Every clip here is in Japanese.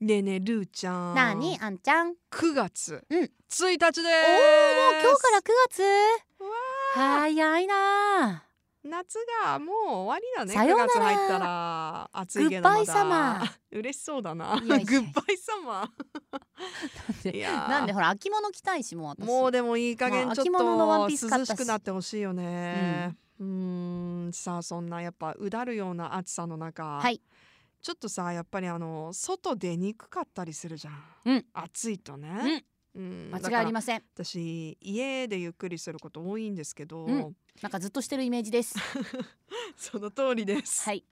ねえねえルーちゃんなあにあんちゃんおーもう9月、うん1日です今日から9月うわ早いなあ夏がもう終わりだねさようなら9月入ったら暑いけどグッバイまだサマ ー嬉しそうだなよいしょよいしょグッバイサマーいやーなんでほら秋物着たいしもう私もうでもいい加減まあちょっ秋物のワンピースと買涼ったししくなってほしいよね、うーん、さあそんなやっぱうだるような暑さの中、はいちょっとさやっぱりあの外出にくかったりするじゃん、うん暑いとね、うん間違いありまません私家でゆっくりすること多いんですけど、うんなんかずっとしてるイメージです その通りです、 はい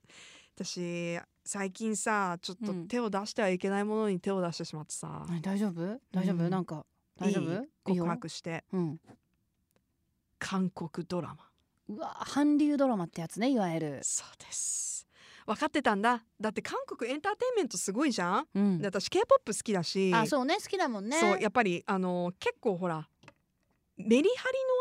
私最近さちょっとうん手を出してはいけないものに手を出してしまってさ、何大丈夫大丈夫、うんなんか大丈夫いいいい告よ白してうん韓国ドラマうわ韓流ドラマってやつねいわゆるそうです分かってたんだだって韓国エンターテインメントすごいじゃん、うんで私 k p o p 好きだしあそうね好きだもんねそうやっぱりあの結構ほらメリハリの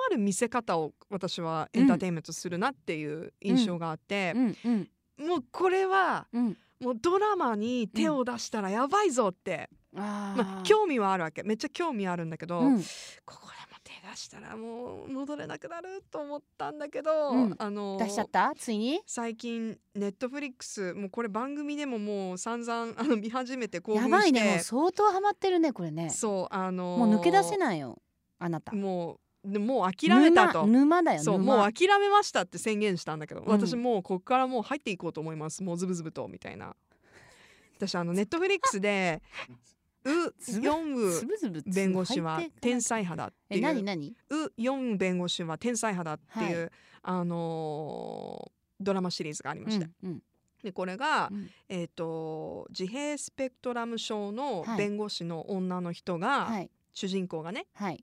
ある見せ方を私はエンターテインメントするなっていう印象があってう、んうんもうこれはうんもうドラマに手を出したらやばいぞって、あー、まあ、興味はあるわけめっちゃ興味あるんだけど、うんここでも手出したらもう戻れなくなると思ったんだけど、うんあの出しちゃったついに最近ネットフリックスもうこれ番組でももう散々 あの見始めて興奮やしてばいねもう相当ハマってるねこれねそうあのもう抜け出せないよあなたもうでもう諦めたと沼。沼だよそう沼もう諦めましたって宣言したんだけど、ん私もうここからもう入っていこうと思いますもうズブズブとみたいな私あのネットフリックスでウ・ヨンウつぶつぶつぶ弁護士は入っていかな天きゃ才派だってえいう何何ウ・ヨンウ弁護士は天才派だっていう、はあのードラマシリーズがありまして、うんうんでこれがう、んえー、と自閉スペクトラム症のはい弁護士の女の人が、はい主人公がねはい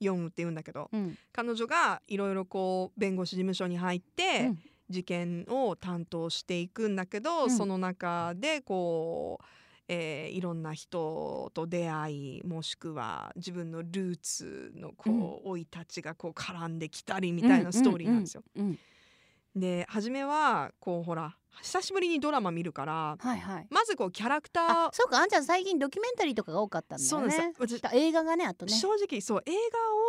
ヨンウって言うんだけどうん彼女がいろいろこう弁護士事務所に入って、うん事件を担当していくんだけど、うんその中でこう、えーいろんな人と出会いもしくは自分のルーツのこう生、い立ちがこう絡んできたりみたいなストーリーなんですよ。うんで初めはこうほら久しぶりにドラマ見るからはいはいまずこうキャラクターあそうかあんちゃん最近ドキュメンタリーとかが多かったんだそうよなんですよね私だ映画がねあとね正直そう映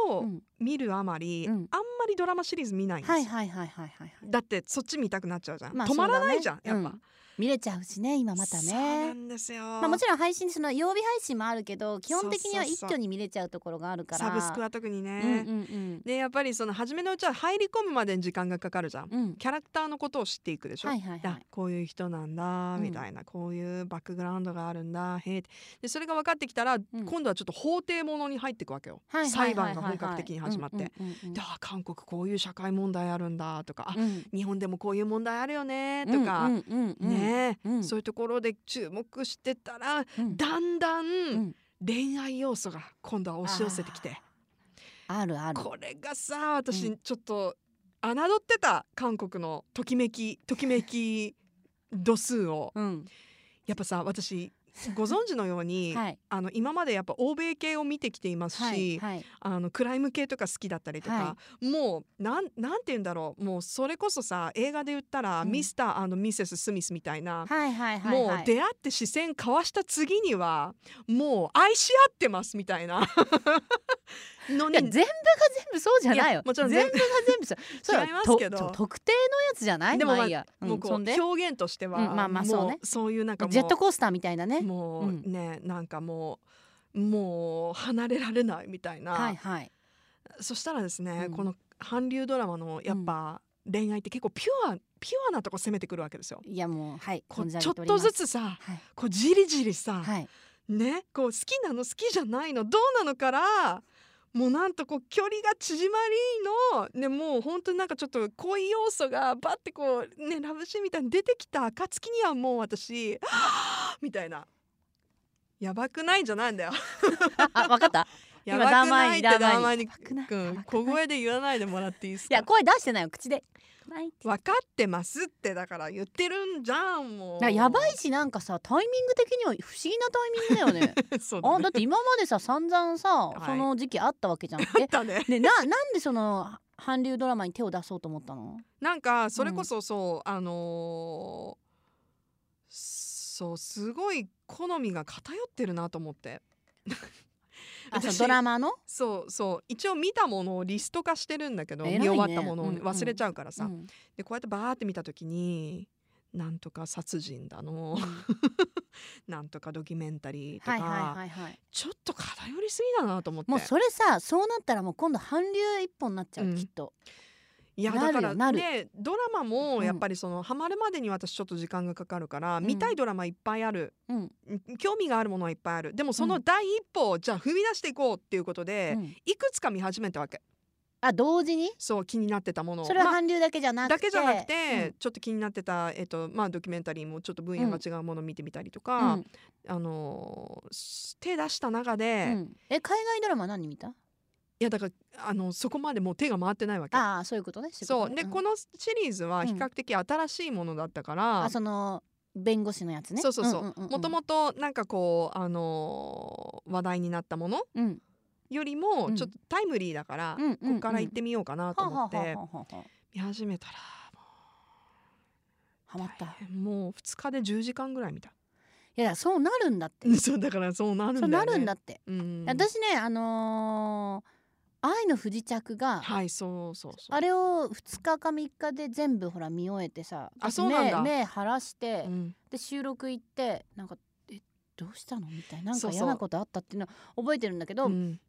画うをん見るあまり、うんあんまりドラマシリーズ見ないんですよ。はいはいはいはいはいはいだってそっち見たくなっちゃうじゃん、まあ止まらないじそゃ、うんだねやっぱ、見れちゃうしね今またそうなねんですよ、まあもちろん配信その曜日配信もあるけど基本的にそうはそう一そう挙に見れちゃうところがあるからサブスクは特にね、うんうんでやっぱりその初めのうちは入り込むまでに時間がかかるじゃん、うんうんキャラクターのことを知っていくでしょ、はいはいはあいこういう人なんだうんみたいな、こういうバックグラウンドがあるんだへえってでそれが分かってきたら、今度はちょっと法廷ものに入っていくわけよ、はいはいはいはい裁判が本格的に始まって、うんうんうんうんであ韓国こういう社会問題あるんだとか、あうん日本でもこういう問題あるよねとか、うんうんうんねうんそういうところで注目してたらうんだんだんん恋愛要素が今度は押し寄せてきてあるあるこれがさう私ちょっと侮ってた韓国のときめきときめき度数をうんやっぱさ私ご存知のように、 はいあの今までやっぱ欧米系を見てきていますし、はいはいあのクライム系とか好きだったりとか、はもうなんなんて言うんだろうもうそれこそさ映画で言ったら、うんミスターミセス・スミスみたいなはいはいはいもうはい出会って視線交わした次にはもう愛し合ってますみたい なのいやね全部が全部そうじゃないいよやもちろん全全部が全部そうそ う違いますけどとと特定のやつじゃないでもまあまあいいやうんもうこうそんで表現としては、うんまあまあそうねもうそういうなんかもうジェットコースターみたいなねもううんね、なんかもうもう離れられないみたいな、はいはいそしたらですね、うんこの韓流ドラマのやっぱ恋愛って結構ピュアピュアなとこ攻めてくるわけですよ。いやもうはいこう存じ上ちげょっておりまとすずつさはいこうじりじりさ、はいねこう好きなの好きじゃないのどうなのからもうなんとこう距離が縮まりの、ね、もう本当になんかちょっと恋要素がバッてこうねラブシーンみたいに出てきた暁にはもう私 はぁみたいな。やばくないんじゃないんだよ。ああわか ったや今ばくないってダダーーママイイににやばくないやばくない小声で言わないでもらっていいですいかや声出してないよ口でないって分かってますってだから言ってるんじゃんもだうからやばいいしなんかさタイミング的には不思議なタイミングだよね そうだあねだって今までさ散々さはいその時期あったわけじゃんえだねねな なんでその韓流ドラマに手を出そうと思ったのなんかそれこそそう、あのーそうすごい好みが偏ってるなと思ってあそう私ドラマのそうそう一応見たものをリスト化してるんだけど、偉いね見終わったものをねうんうん忘れちゃうからさ、うんでこうやってバーって見た時になんとか殺人だの うんなんとかドキュメンタリーとか、はいはいはいはいちょっと偏りすぎだなと思ってもうそれさそうなったらもう今度韓流一本になっちゃう、うんきっといやだなるよからなるねドラマもうんやっぱりその、ハマるまでに私ちょっと時間がかかるから、うん見たいドラマいっぱいあるうん、ん興味があるものはいっぱいあるでもそうのん第一歩をじゃあ踏み出していこうっていうことで、うんいくつか見始めたわけあ同時にそう気になってたものをそれはまあ韓流だけじゃなくて、だけじゃなくて、うんちょっと気になってた、えっとまあ、ドキュメンタリーもちょっと分野が違うものを見てみたりとうか、んあのー手出した中うで、いんえ海外ドラマ何見たやだからあのそこまでもう手が回ってないわけ。ああそういうことねそうで、こののシリーズは比較的新しいものだったから、あその弁護士のやつねそうそうそうんんんんもともとなんかこう、あのー話題になったものうんよりうもんちょっとタイムリーだから、うんうんうんここから行ってみようかなとはあは思あって、はあはあはあは見始めたらあはまったいもう2日で10時間ぐらい見た やいやそうなるんだってそうだからそうなるんだそよ、うね、なるんだって、うん私ねあのー愛の不時着」が、はいそうそうそうあれを2日か3日で全部ほら見終えてさあそうなんだ目目晴らして、うんで収録行ってなんか「えどうしたの?」みたいななんそかうそう嫌なことあったっていうのは覚えてるんだけどうんで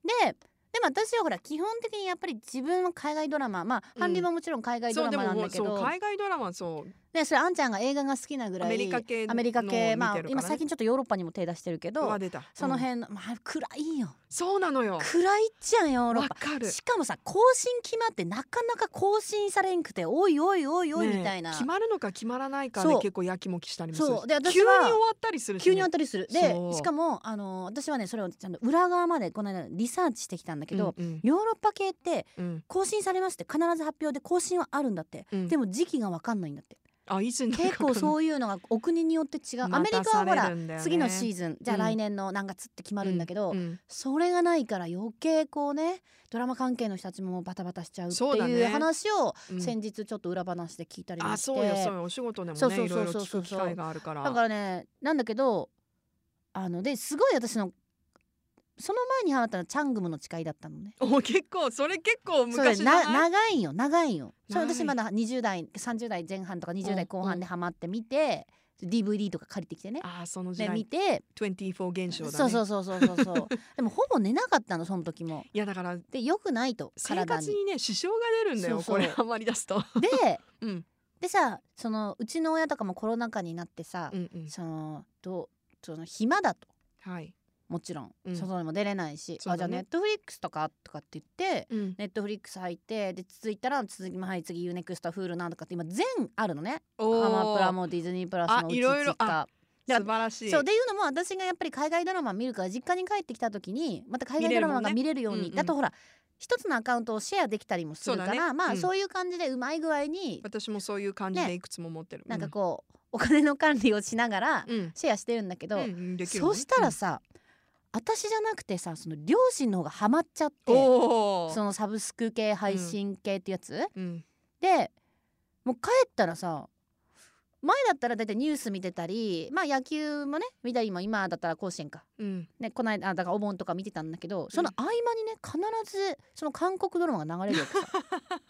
でも私はほら基本的にやっぱり自分は海外ドラマまあうん韓流ももちろん海外そドうラでマなもんもだうけそうど、海外ドラマそうね、それあんちゃんが映画が好きなぐらいアメリカ系のアメリカ系まあ見てるからね今最近ちょっとヨーロッパにも手出してるけどは出たそのうん辺の、まあ、暗いよそうなのよ暗いっちゃんヨーロッわパかるしかもさ更新決まってなかなか更新されんくておいおいおいおいねえみたいな、決まるのか決まらないかでそう結構やきもきしたりもするそうで私は急に終わったりするしね、急にあったりするでそうしかもあの私はねそれをちゃんと裏側までこの間リサーチしてきたんだけど、うんヨーロッパ系ってうんうん更新されますって必ず発表で更新はあるんだって、うんでも時期が分かんないんだってあいつになる結か わ構かんないそういうのがお国によって違うアメリカはほら、次のシーズズンじゃあうん来年の何月って決まあるんだけど、それがないから余計こうねドラマ関係の人たちもバタバタしちゃうってそうだいうね話を先日ちょっと裏話で聞いたりもあして、そうよそうよお仕事でもそうそねういろいろそう聞そうく機会があるからだからねなんだけどあのですごい私のその前にハマったのはチャングムの誓いだったのね。お結構それ結構そうだ昔よじゃなない長いんよ長いんよそれ長い私まだ20代30代前半とか20代後半でハマって見て、DVD とか借りてきてねあその時で見代て、 24現象だねそうそうそうそうそうそう でもほぼ寝なかったのその時もいやだからでよくないと生体活ににね支障が出るんだよそうそうこれあまり出すとでうんでさそのうちの親とかもコロナ禍になってさ、うんうんそのどうその暇だとはいもちろん、うん外にも出れないし、そうあじだゃあねネットフリックスとかとかって言ってうんネットフリックス入ってで続いたら続きもはい次 UNEXT フールなんとかって今全あるのねおハマプラーもディズニープラスもあうちいろいろ実家素晴らしいそうでいうのも私がやっぱり海外ドラマ見るから実家に帰ってきた時にまた海外ドラマが見見れるように、うんうんだとほら一つのアカウントをシェアできたりもするから、そうだねまあ、うんそういう感じでうまい具合に私もそういう感じねでいくつも持ってるなんかこう、お金の管理をしながらうんうんシェアしてるんだけど、うんうんできるねそうしたらさ、私じゃなくてさその両親の方がハマっちゃっうんておーそのサブスク系配信系ってやつ、うんでもう帰ったらさ前だったら大体ニュース見てたりまあ野球もね見たりも今だったら甲子園か、うんね、この間あだからお盆とか見てたんだけどその合間にね必ずその韓国ドラマが流れるわけさ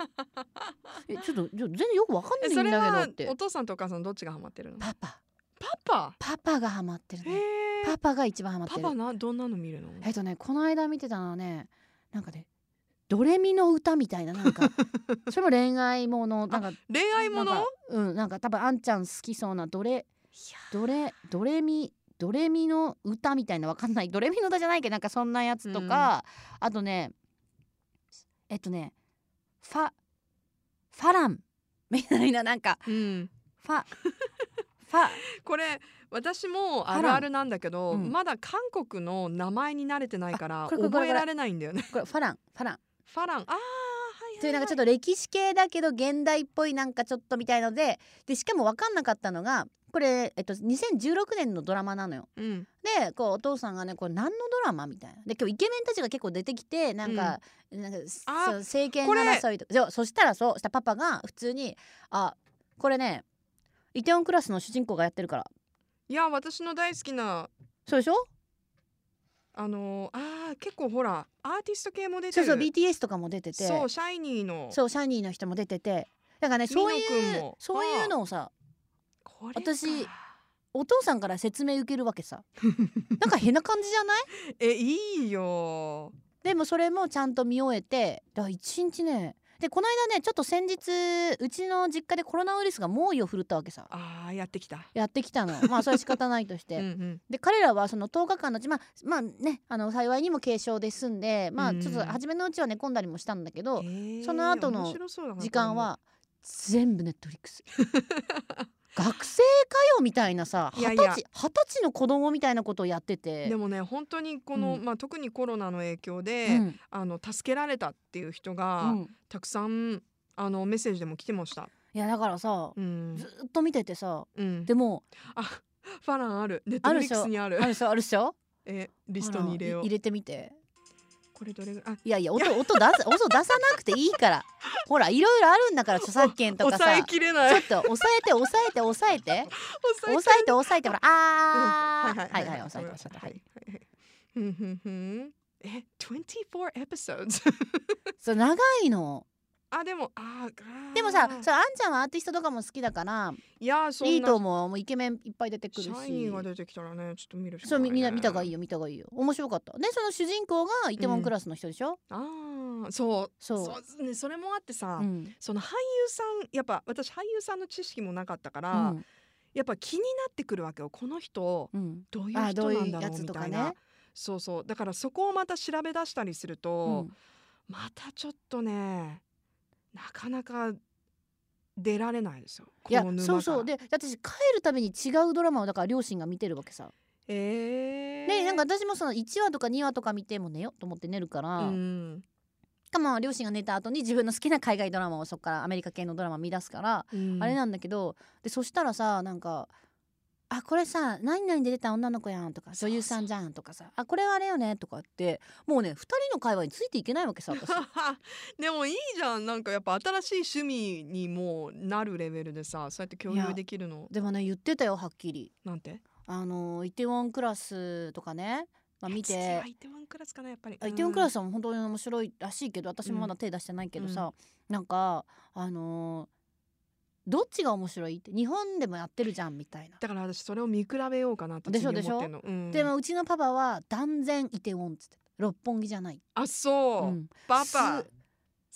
えちょっとちょっと全然よくわかんなえいんそれだはけどおって父さんとお母さんどっちがハマってるのパパパパパがハマってるへねえパパが一番ハマってパるパなどんなの見るのえっとねこの間見てたのはねなんかねドレミの歌みたいなな んかそれも恋愛ものなんか恋愛もなんのかうんなんか多分あんちゃん好きそうなどれどれどれみどれみの歌みたいなわかんないどれみの歌じゃないけどなんかそんなやつとか、あとねえっとねファファランみたいななんかうんファファこれ私もあるあるなんだけど、うんまだ韓国の名前に慣れてないからあこれこれこれ覚えられないんだよね。 これファランファランファランあーはといいうは、ないんはかい、ちょっと歴史系だけど現代っぽいなんかちょっとみたいのででしかも分かんなかったのがこれ、えっと、2016年のドラマなのよ。うんでこうお父さんがねこれ何のドラマみたいなで今日イケメンたちが結構出てきてなんか、なんかあそう政権これ争いとかそうそしたらそうそしたらパパが普通に「あこれねイテオンクラスの主人公がやってるから」いや私の大好きなそうでしょあのーあー結構ほらアーティスト系も出てそうるそう BTS とかも出ててそうシャイニーのそうシャイニーの人も出ててだからねそういみのくんうもそういうのをさこれか私お父さんから説明受けるわ けさなんか変な感じじゃないえいいよでもそれもちゃんと見終えてだから一日ねでこの間ねちょっと先日うちの実家でコロナウイルスが猛威を振るったわけさあーやってきたやってきたのまあそれは仕方ないとして、うんうんで彼らはその10日間のうちまあまあねあの幸いにも軽症で済んでまあうんちょっと初めのうちは寝込んだりもしたんだけどえーその後の面白そうだな時間は全部ネットリ ックス学生かよみたいなさい二や十いや歳二十歳の子供みたいなことをやってこれてもでもね本当にこの、うんまあ、特にコロナの影響で、うんあの助けられたっていう人が、うんたくさんあのメッセージでも来てました。いやだからさ、うんず、っと見ててさうん、でもあファランあるネットあフるリでックしょスにあるあるでしょあるでしょえリストに入れよあうらい入れてみてこれどれぐらいあいやいや音音出す音出さなくていいからほらいろいろあるんだ から著作権とか抑さえちきれないょっと抑えて抑えて抑えて 抑抑えきれえて抑えてほらあーはいはい抑はえてい抑えてはいはいはいふんふんふんえ24 episodes そう長いのあでもあーでもさあーそうあんちゃんはアーティストとかも好きだからいやそんなリートももうイケメンいっぱい出てくるシしャイニーが出てきたらねちょっと見るしそうみみんな見た方がいいよよ見た方がいいよ面白かったでその主人公がイテモンクラスの人でしょ、あーそうそうそうねそれもあってさ、うんその俳優さんやっぱ私俳優さんの知識もなかったから、うんやっぱ気になってくるわけよこの人うんどういうあーど人なういんうだやろうつみとたかいなね、そうそうだからそこをまた調べ出したりするうと、んまたちょっとねなかなか出られないですよいやこの沼かそらうそうで私帰るたびに違うドラマをだから両親が見てるわけさ、えー、でなんか私もその1話とか2話とか見てもう寝ようと思って寝るから、うんかまあ両親が寝た後に自分の好きな海外ドラマをそこからアメリカ系のドラマ見出すから、うんあれなんだけどでそしたらさなんか「あこれさ何々で出た女の子やん」とか「そうそう女優さんじゃん」とかさ「あこれはあれよね」とかってもうね2人の会話についていけないわけさ 私 でもいいじゃんなんかやっぱ新しい趣味にもなるレベルでさそうやって共いや有できるのでもね言ってたよはっきり。なんてあのイテウォンクラスとかね、まあ、見いやて次はイテウォンクラスかなやっぱりあイテウォンクラススはもう本当に面白いらしいけど私もまだ手出してないけどさ、なんかあのーどっちが面白いって日本でもやってるじゃんみたいな。だから私それを見比べようかなってでしょ次思ってんのうん、でもうちのパパは断然イテウォンっつって六本木じゃない。あそう、うんパパす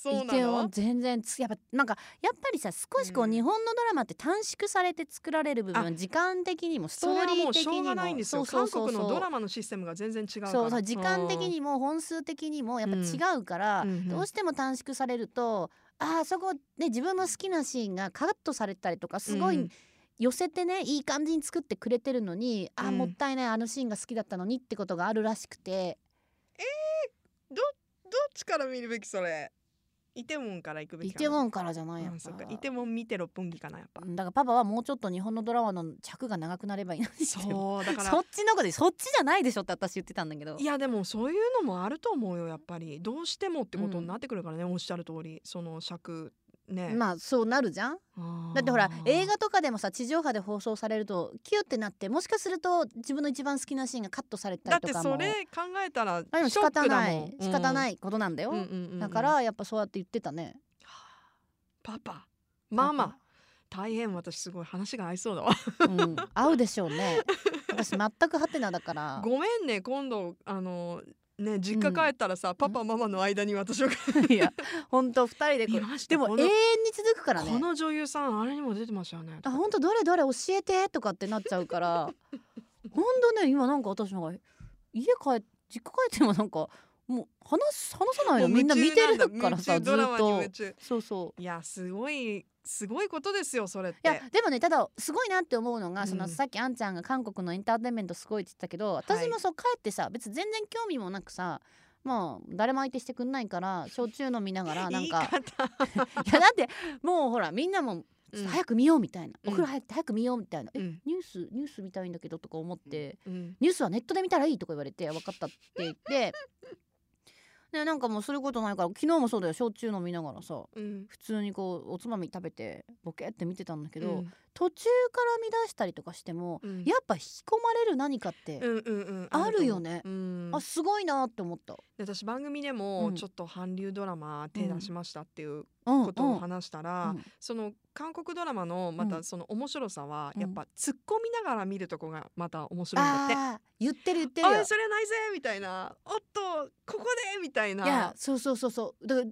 そうイなテウォのン全然つやっぱなんかやっぱりさ少しこううん日本のドラマって短縮されて作られる部あ分時間的にもストそれーはもリーうし的ょうにがないんもですよそうそうそう韓そう国のドラマのシステムが全然違うからそうそう時間的うんにも本数的にもやっぱうん違うから、うんうんどうしても短縮されるとあーそこね自分の好きなシーンがカットされたりとかすごうんい寄せてね、いい感じに作ってくれてるのにあーうんもったいないあのシーンが好きだったのにってことがあるらしくてどっちから見るべきそれイテウォンから行くべきイかなテウォンからじゃないやっうんぱそっかイテウォン見て六本木かなやっぱだからパパはもうちょっと日本のドラマの着が長くなればいいのにってそうだから そっちのことでそっちじゃないでしょって私言ってたんだけどいやでもそういうのもあると思うよやっぱりどうしてもってことになってくるからね、おっしゃる通りその尺ね、まあそうなるじゃんあーだってほら映画とかでもさ地上波で放送されるとキュってなってもしかすると自分の一番好きなシーンがカットされただっりとてかそもれ考えたらあでもシ仕ョッ方クだなもん、い仕方ないいことなんだよ、うんうんうんうんだからやっぱそうやって言ってたねパパママ大変私すごい話が合いそうだわうん合うでしょう ね私全くハテナだからごめんね今度あのね実家帰ったらさ、パパママの間に私をいや本当二人でこ見れましたでもこ永の遠に続くからこねの女優さんあれにも出てましたよねあ本当どれどれ教えてとかってなっちゃうから 本当ね今なんか私なんか家帰っ実家帰ってもなんかもう話す話さないもうのみんな見てるからさ夢ず中なんだ夢中ドっラマにと夢中そうそういやすごいすごいことですよそれっていやでもねただすごいなって思うのが、うんそのさっきあんちゃんが韓国のエンターテインメントすごいって言ってたけど私もそう帰ってさ別に全然興味もなくさもう誰も相手してくんな いから焼酎飲みながらなんか言い方いやだってもうほらみんなもちょっと早く見ようみたいな、うんお風呂入って早く見ようみたいな、うえんニュースニュース見たいんだけどとか思って、うんニュースはネットで見たらいいとか言われて分かったって言ってねなんかもうすることないから昨日もそうだよ焼酎飲みながらさうん普通にこうおつまみ食べてボケって見てたんだけけど、途中から乱したりとかしても、うんやっぱ引き込まれる何かってうんうんうんあるよねあると思ううんあすごいなって思った。で私番組でうもんちょっと韓流ドラマ手出しましたっていううんことを話したら、うんその韓国ドラマのまうたんその面白さはうんやっぱ突っ込みながら見るとこがまた面白いんだって。あー言ってる言ってるあよれ。それないぜみたいなおっとここでみたいないやそうそうそうそうだから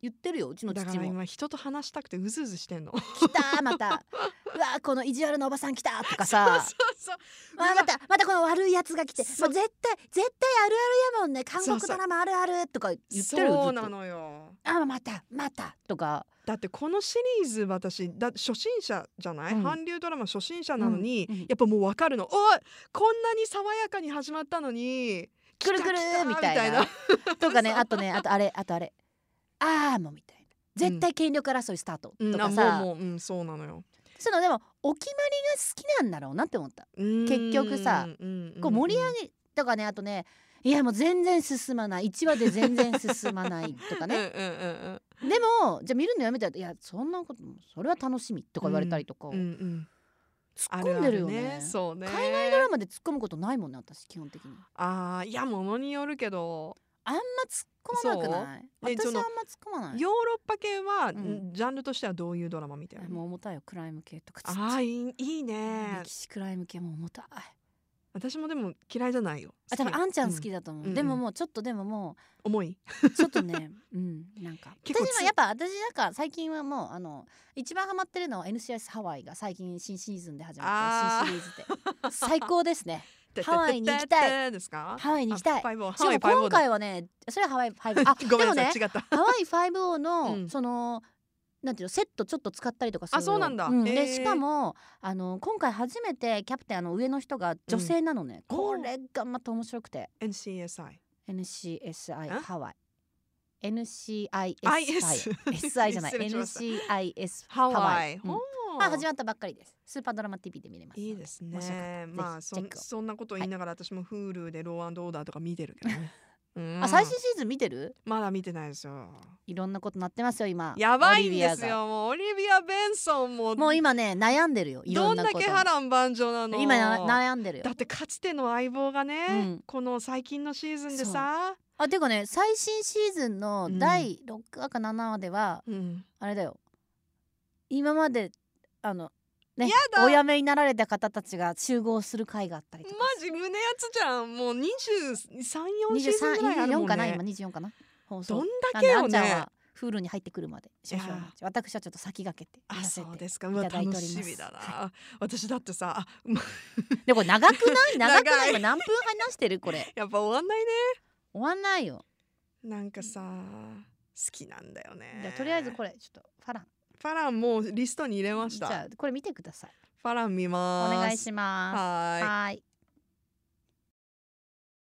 言ってるようちのだか父らも今人と話したくてうずうずしてんの「来た!」また「うわこの意地悪なおばさん来た!」とかさそうそう「 あまたまたこの悪いやつが来てもう絶そう対絶対あるあるやもんね韓国そうそドうラマあるある」とか言ってるよそずうっなとのよあまたまたとかだってこのシリーズ私だ初心者じゃない、うん韓流ドラマ初心者なのに、うんうんやっぱもう分かるのおいこんなに爽やかに始まったのにくるくる来た来たみたいな とかねあとねあとあれあとあれ「あーも」みたいな絶対権力争いスタートうんとかあさ、もうもう、うん、そうなのよそのでもお決まりが好きなんだろうなって思った。結局さこう盛り上げとかねあとねいやもう全然進まない1話で全然進まないとかたね、 うんうんでもじゃあ見るのやめたらいやそんなことそれは楽しみとか言われたりとか、うんうんうんうん突あっる込んあでるるよねねそうね海外ドラマで突っ込むことないもんね私基本的にあーいやものによるけどあんま突っ込まなくないそうね私そのあんま突っ込まないヨーロッパ系は、うんジャンルとしてはどういうドラマみたいなもう重たいよクライム系とかちょっとああいいいいね歴史クライム系も重たい私もでも嫌いじゃないよあ多分あんちゃん好きだ、だと思う、うんでももうちょっとでももううん重いちょっとね、 うん、なんか 結構私つもやっぱ私なんか最近はもうあの一番ハマってるのは NCS ハワイが最近新シーズンで始まっあーた新シリー ズで最高ですね。ハワイに行きてたててですかハワイに行きたいあ。ファイブオーしハかワもイファイブオー今だ回はね、それはハワイファイブ。 あ、ごめでんなもねさい、、違ったハワイファイブオの、うんそのなんていうのセットちょっと使ったりとかするのあそうなんだへでーしかもあの今回初めてキャプテンあの上の人が女性なのね。うんこれがまた面白くて NCSI NCSI あハワイ。NCIS ハワイ IS SI じゃない 失礼しました NCIS ハワイうんほうまあ始まったばっかりですスーパードラマ TV で見れますいいです面白かっねたぜひまあそチェんックをそんなこと言いながら私も Hulu でローアンドオーダーとか見てるけど ねうんあ最新シーズン見てるまだ見てないですよいろんなことなってますよ今やばいんでオリすビアがよもうオリビア・ベンソンももう今ね悩んでるよいろどんんなだことけ波乱万丈なの今な悩んでるよだってかつての相棒がね、うんこの最近のシーズンでさ、あていうかね最新シーズンの第6話か7話では、うん、あれだよ今まであのねやだお辞めになられた方たちが集合する会があったりとマかジ胸やつじゃんもう2324シーズンぐらいあるもん2324かな今ね24かな放送どんだなんけであよんちゃんねはフールに入ってくるまで少々お待ち私はちょっと先駆けてあそうですすかうわいただい楽ておりますしみだな、私だってさあま でこれ長くない長くな長いい今何分話してるこれやっぱ終わんないね終わんないよなんかさ好きなんだよねじゃあとりあえずこれちょっとファランファランもうリストに入れましじゃたあこれ見てくださいファラン見おます願いしはますーいはーい